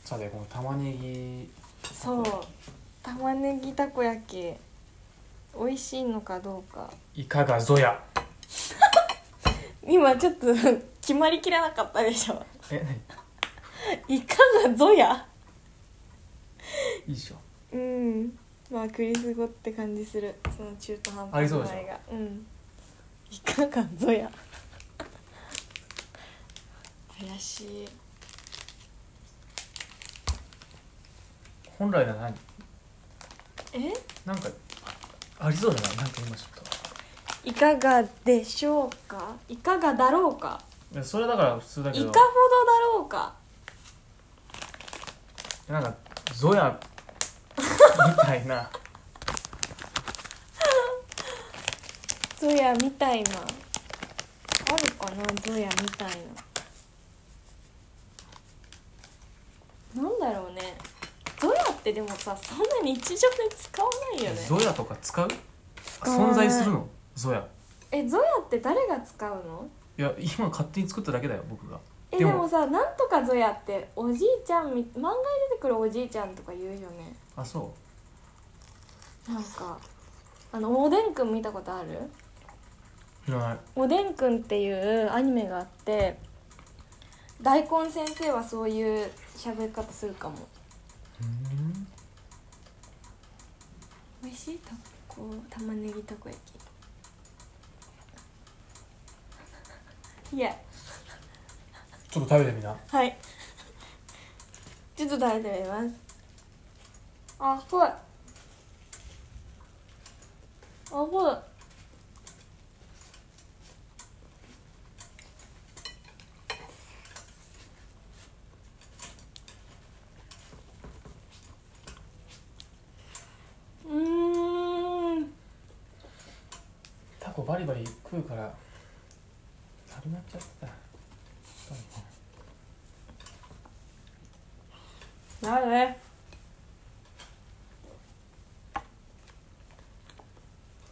S1: さてこの玉ね
S2: そう玉ねぎたこ焼き美味しいのかどうか
S1: ぎいかがぞや
S2: 今ちょっと 決まりきらなかったでしょ
S1: え
S2: いかがぞや
S1: 何いいっしょ
S2: うんまあクリス語って感じするその中途半
S1: あり
S2: 端
S1: そ
S2: な
S1: うでしょ
S2: 前がうんいかがぞや怪しい
S1: 本来なら何
S2: え
S1: なんかありそうじゃないなんか今ちょっ
S2: いかがでしょうかいかがだろうか
S1: といやそれだから普通だ
S2: い
S1: け
S2: かほ
S1: ど
S2: どだろうか
S1: なんかゾ ヤみたいな
S2: ゾヤみたいなあるかなゾヤみたいななんだろうねゾヤってでもさそんな日常で使わないよね
S1: ゾヤとか使う
S2: 使わな
S1: 存
S2: い
S1: 在するのゾヤ
S2: えゾヤって誰が使うの
S1: いや今勝手に作っただけだよ僕が
S2: え
S1: で
S2: で
S1: も
S2: もさなんとかゾヤっておじいちゃんみ漫画に出てくるおじいちゃんとか言うよね
S1: あそ
S2: なんかあのおでんくん見たことある
S1: ういらない
S2: おでんくんっていうアニメがあって大根先生はそういう喋り方するかも
S1: うん
S2: 美味しいたこ玉ねぎたこ焼きいや
S1: ちょっと食べてみな
S2: はいちょっと食べてみますあっぽいあっぽいうーん
S1: タコバリバリ食うからなくなっちゃった
S2: なるね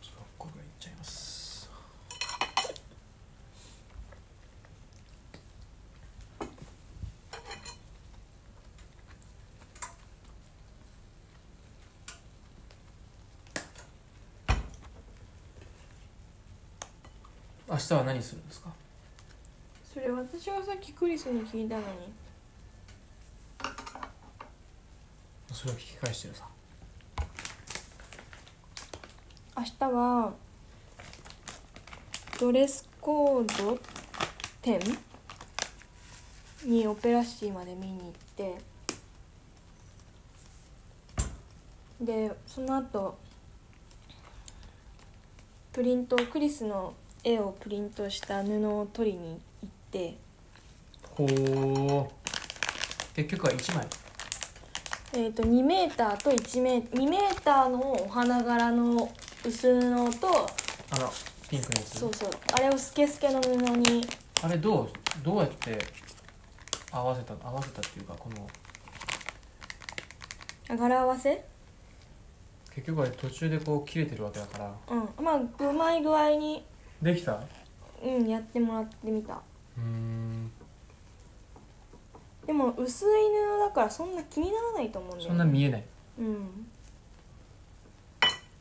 S1: ちょっとこれいっちゃいます明日は何するんですか
S2: それ私はさっきクリスに聞いたのに
S1: それを聞き返してるさ
S2: 明日はドレスコード店にオペラシーまで見に行ってでその後プリントクリスの絵をプリントした布を取りに行って
S1: ほー結局は1枚
S2: えー、と2メーターと1メー2メーターのお花柄の薄布と
S1: あのピンクのやつ
S2: そうそうあれをスケスケの布に
S1: あれどうどうやって合わせたの合わせたっていうかこの
S2: 柄合わせ
S1: 結局あれ途中でこう切れてるわけだから
S2: うんまあうまい具合に
S1: できた
S2: うんやってもらってみた
S1: うん
S2: でも薄い布だからそんな気にならないと思うんだ
S1: そ
S2: よ
S1: んな見えない
S2: うん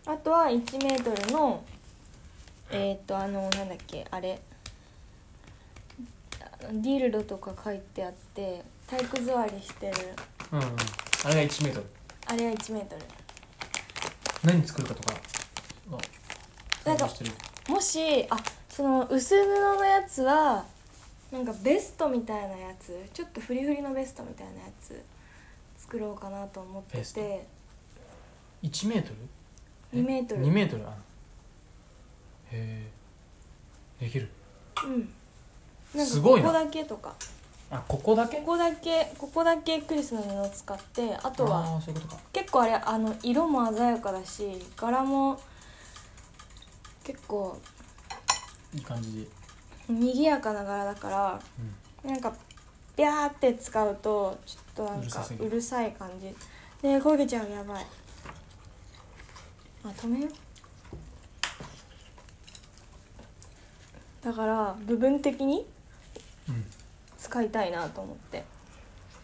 S2: あとは1メートルのえー、っとあのなんだっけあれあのディルドとか書いてあって体育座りしてる
S1: うん、うん、あれが 1m
S2: あれは1メートル
S1: 何作るかとかが
S2: なんか
S1: 想像してる
S2: もしあその薄布のやつはなんかベストみたいなやつちょっとフリフリのベストみたいなやつ作ろうかなと思って
S1: ベス
S2: て
S1: 1m?
S2: 2メートル
S1: 2m あへえできる
S2: うんなんか
S1: す
S2: こ
S1: ごいな
S2: こだけとか
S1: あここだけ
S2: ここだけここだけクリスの布を使ってあとは
S1: あーそういうことか
S2: 結構あれあの色も鮮やかだし柄も結構
S1: いい感じで
S2: 賑やかな柄だからなんかビャーって使うとちょっとなん
S1: うるさ
S2: か
S1: すぎる
S2: うるさい感じで焦げちゃうやばいあ止めようだから部分的に
S1: うん、うん、
S2: 使いたいなと思って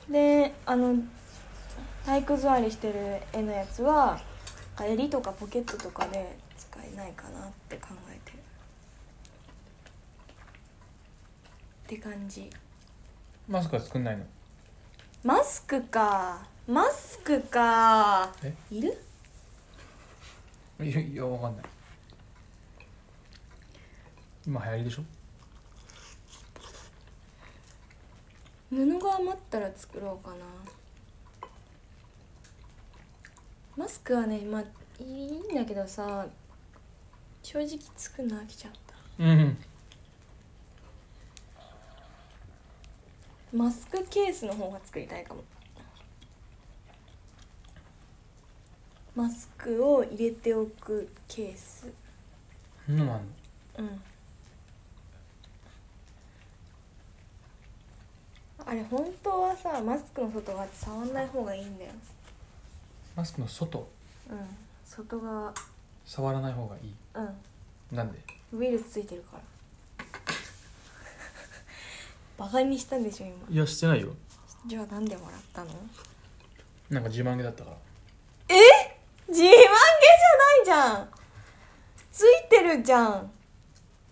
S2: であの体育座りしてる絵のやつはなんか襟とかポケットとかで使えないかなって考えてるって感じ
S1: マスクは作んないの
S2: マスクかマスクか
S1: え
S2: いる
S1: いやいやわかんない今流行りでしょ
S2: 布が余ったら作ろうかなマスクはねまあいいんだけどさ正直作るの飽きちゃった
S1: うん
S2: マスクケースの方が作りたいかもマスクを入れておくケース
S1: そんなのもあんの
S2: うんあれ本当はさマスクの外側って触んない方がいいんだよ
S1: マスクの外
S2: うん外側
S1: 触らない方がいい
S2: うん
S1: なんで
S2: ウイルスついてる からバカにしたんでしょ今
S1: いやしてないよ
S2: じゃあなんでもらったの
S1: なんか自慢げだったから
S2: 自慢げじゃないじゃんついてるじゃん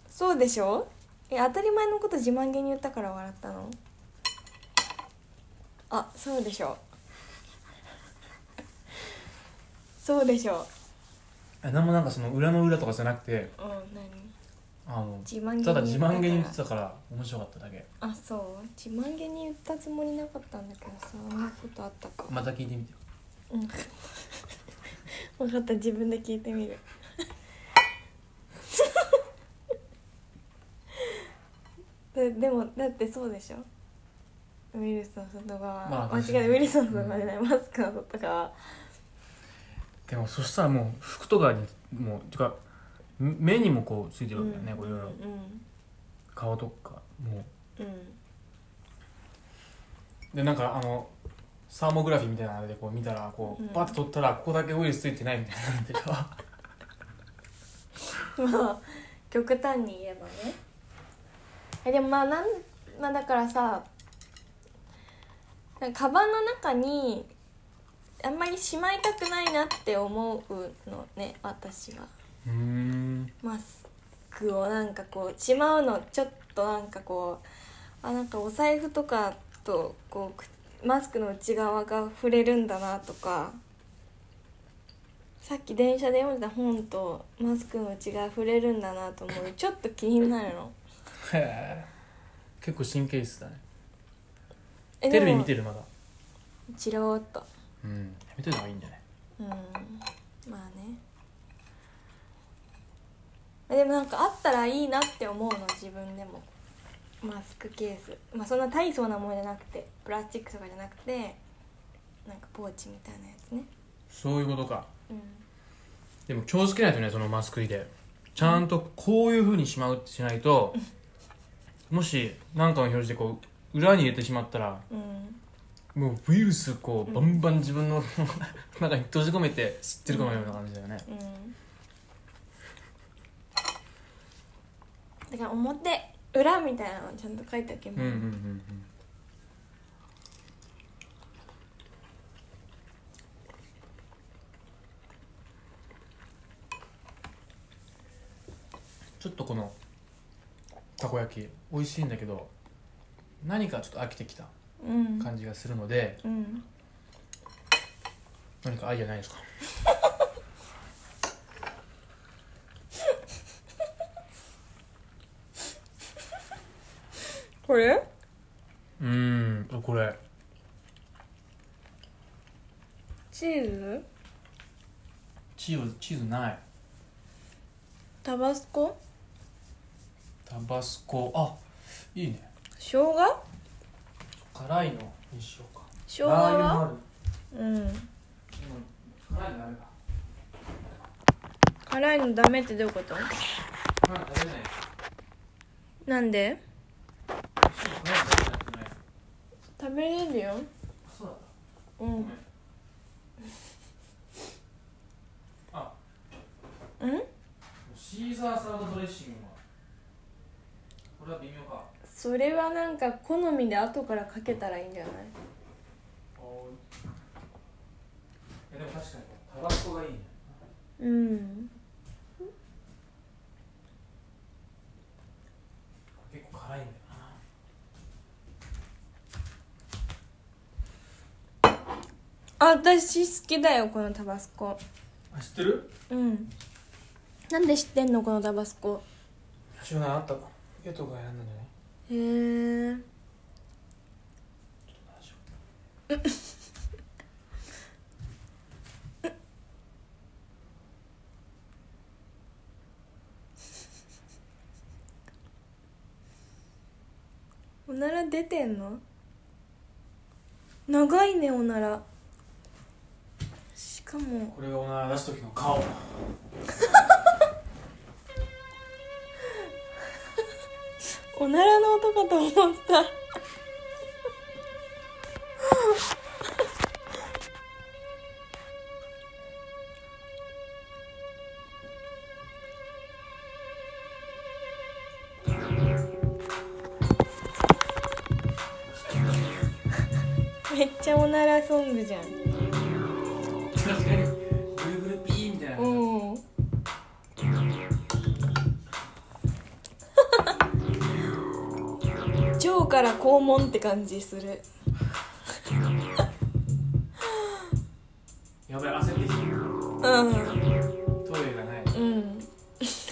S2: そうでしょえ当たり前のこと自慢げに言ったから笑ったのあそうでしょそうでしょ
S1: え何もなんかその裏の裏とかじゃなくて
S2: うん何
S1: あの
S2: 自慢げに
S1: ただ自慢げに言って
S2: た
S1: たから面白かっただけ
S2: あそう自慢げに言ったつもりなかったんだけどさそんなことあったか
S1: また聞いてみてよ
S2: うん分かった自分で聞いてみる ででもだってそうでしょウイルスの外側、
S1: まあ
S2: 間違
S1: 確かに
S2: えたウイルスの外側じゃない、マスクの外側
S1: でもそしたらもう服とかにもうてか目目にもこうついてるわけだよね、こういろいろ顔とかも
S2: うんうん
S1: うでなんかあのサーモグラフィーみたいなのでこう見たらこう、
S2: うん
S1: バッと取ったらここだけウイルスついてないみたいになるでしょ
S2: うんまあ極端に言えばねえでもまあなんまあだからさなんかカバンの中にあんまりしまいたくないなって思うのね私は
S1: うーん
S2: マスクをなんかこうしまうのちょっとなんかこうあなんかお財布とかとこうくマスクの内側が触れるんだなとかさっき電車で読んだ本とマスクの内側触れるんだなと思うちょっと気になるの
S1: へー結構神経質だね
S2: え
S1: テレビ見
S2: る
S1: てるまだ
S2: ちらおっと
S1: うんやめといた方がいいんじゃない
S2: うんまあねでもなんかあったらいいなって思うの自分でもマスクケースまあそんな大層なものじゃなくてプラスチックとかじゃなくてなんかポーチみたいなやつね
S1: そういうことか
S2: うん
S1: でも気をつけないとねそのマスク入れちゃんとこういうふうにしまうってしないともし何かの表示でこう裏に入れてしまったら
S2: うん
S1: もうウイルスこうバンバン自分の 中に閉じ込めて吸ってるかのような感じだよね
S2: うんだから表裏みたいなのちゃんと書いておけ
S1: う
S2: ば
S1: ん
S2: い
S1: うん
S2: い、
S1: うんうんちょっとこのたこ焼き美味しいんだけど何かちょっと飽きてきた
S2: うん
S1: 感じがするので、
S2: うん
S1: 何かアイデアないですか
S2: これ
S1: うーんこれ
S2: チーズ
S1: チーズチーズない
S2: タバスコ
S1: タバスコあいいね
S2: 生姜
S1: 辛いのにしようか
S2: 生姜は
S1: ある
S2: うん
S1: 辛いのダメか
S2: 辛いのダメってどういうこと
S1: 辛いの食べない
S2: なんで
S1: 辛いの食べないくない
S2: 食べれるよ
S1: そうだった
S2: う
S1: ごめ
S2: ん
S1: んあ
S2: うん
S1: シーザーサラダドレッシングはこれは微妙か
S2: それはなんか好みで後からかけたらいいんじゃない
S1: おいやでも確かにタバスコがいいね
S2: うん
S1: 結構辛いんだよな
S2: あ私好きだよこのタバスコ
S1: あ知ってる
S2: うんなんで知ってんのこのタバスコ
S1: 知らないあったか江藤が選んだんじゃない
S2: へえおなら出てんの長いねおならしかも
S1: これがおなら出す時の顔
S2: おならの音かと思ったちゃおならソングじゃん
S1: 確かにぐるぐるピーみたいな
S2: うん腸から肛門って感じする
S1: やばい焦ってきてる
S2: うん
S1: トイレがない
S2: うん
S1: し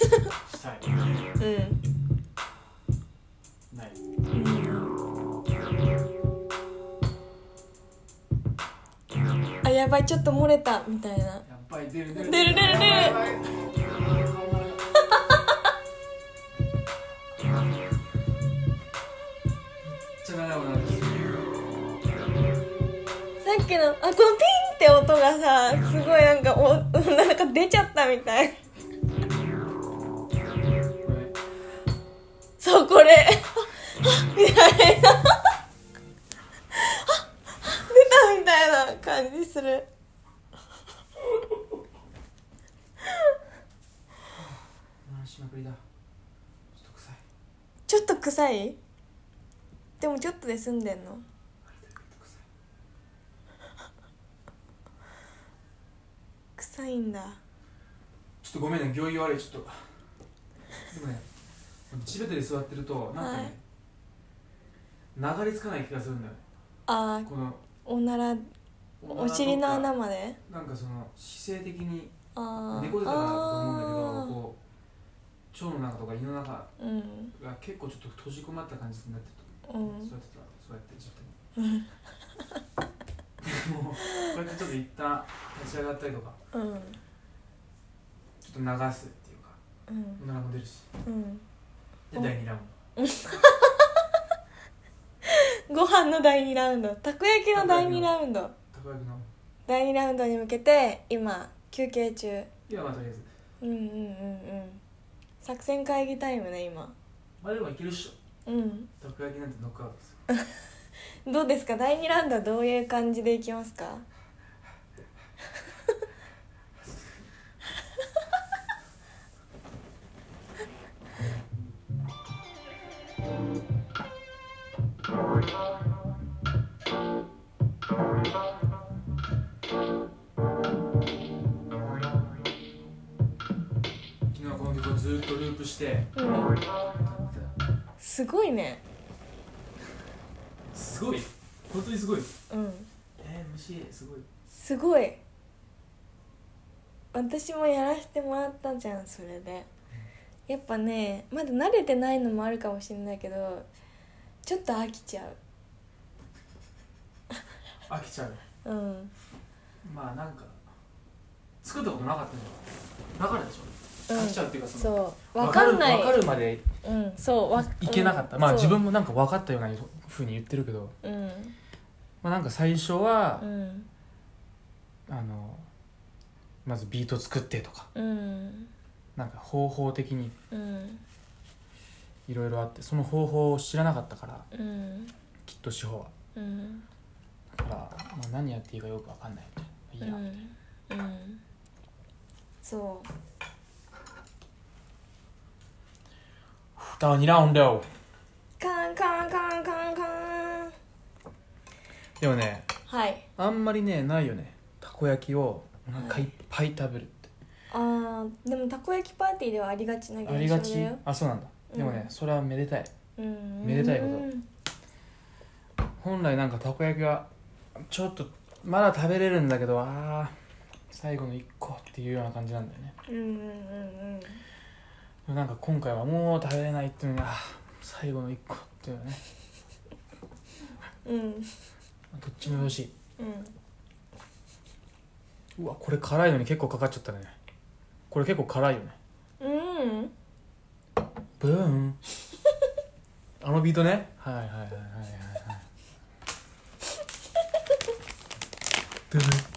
S1: たい
S2: うん
S1: ない
S2: あやばいちょっと漏れたみたいな
S1: やっぱり出る出る
S2: 出る出る出る
S1: やばいめっちゃ長くなってきてる
S2: さっきのあこのピンって音がさすごいなんかお なんか出ちゃったみたい
S1: これ
S2: そうこれみたいな出たみたいな感じする
S1: 何しまくりだちょっと臭い
S2: ちょっと臭いでもちょっとで済んでんの臭いんだ
S1: ちょっとごめんね行儀悪いちょっとでもね地べたで座ってるとなんかね、流れ着かない気がするんだよね
S2: あー
S1: この
S2: おならお尻の穴
S1: も
S2: まで
S1: なんかその姿勢的に
S2: あー
S1: 猫背だなと思うんだけ
S2: あー
S1: どこう腸の中とか胃の中が
S2: うん
S1: 結構ちょっと閉じ込まった感じになってる
S2: う
S1: と
S2: ん
S1: そうやってたそうやって自 分にもうこうやってちょっと一旦立ち上がったりとか
S2: うん
S1: ちょっと流すっていうか
S2: うん
S1: おならも出るし
S2: うん
S1: で第2ラウン
S2: ご飯の第2ラウンドたこ焼きの第2ラウンド
S1: ド高木の
S2: 第2ラウンドに向けて今休憩中
S1: 今はまあとりあえず
S2: うんうんうんうん作戦会議タイムね今
S1: まあでもいけるっしょ
S2: うん
S1: たこ焼きなんてノックアウトですよ
S2: どうですか第2ラウンドはどういう感じでいきますか
S1: 昨日この曲をずーっとループして
S2: うんすごいね
S1: すごい本当にすごい
S2: うん
S1: えー、虫すごい
S2: すごい私もやらせてもらったじゃんそれでやっぱねまだ慣れてないのもあるかもしれないけどちょっと飽きちゃ
S1: 飽きちゃう
S2: ううん
S1: まあなんか作ったことなかったじゃんだからでしょ、
S2: うん
S1: 飽きちゃうっていうかその
S2: そうわかんない
S1: わかるまで
S2: うんそうわ
S1: いけなかった、
S2: うん
S1: まあ
S2: そう
S1: 自分もなんか分かったようなふうに言ってるけど、
S2: うん
S1: まあ、なんか最初は
S2: う、ん
S1: あのまずビート作ってとか
S2: うん
S1: なんか方法的に
S2: うん
S1: いろいろあってその方法を知らなかったから
S2: うん
S1: きっと志保は
S2: うん
S1: だから、まあ、何やっていいかよく分かんないみたいな
S2: う
S1: いいや、
S2: んうんそう
S1: 蓋は2ラウンドよ
S2: カンカンカンカンカン
S1: でもね
S2: はい
S1: あんまりねないよねたこ焼きをお腹いっぱい食べるって、
S2: あーでもたこ焼きパーティーではありがちな現象だよ
S1: ありがちあそうなんだ、
S2: うん
S1: でもねそれはめでたい
S2: うん
S1: めでたいこと
S2: うん
S1: 本来なんかたこ焼きがちょっとまだ食べれるんだけどあー最後の1個っていうような感じなんだよね
S2: うんうんうん
S1: でもなんか今回はもう食べれないっていうのにあー最後の1個っていうのはね
S2: うんうん
S1: どっちもよしい
S2: うん
S1: うわこれ辛いのに結構かかっちゃったねこれ結構辛いよね
S2: うん
S1: ブーン あのビートねはい はいはいはいはいはいドゥドゥ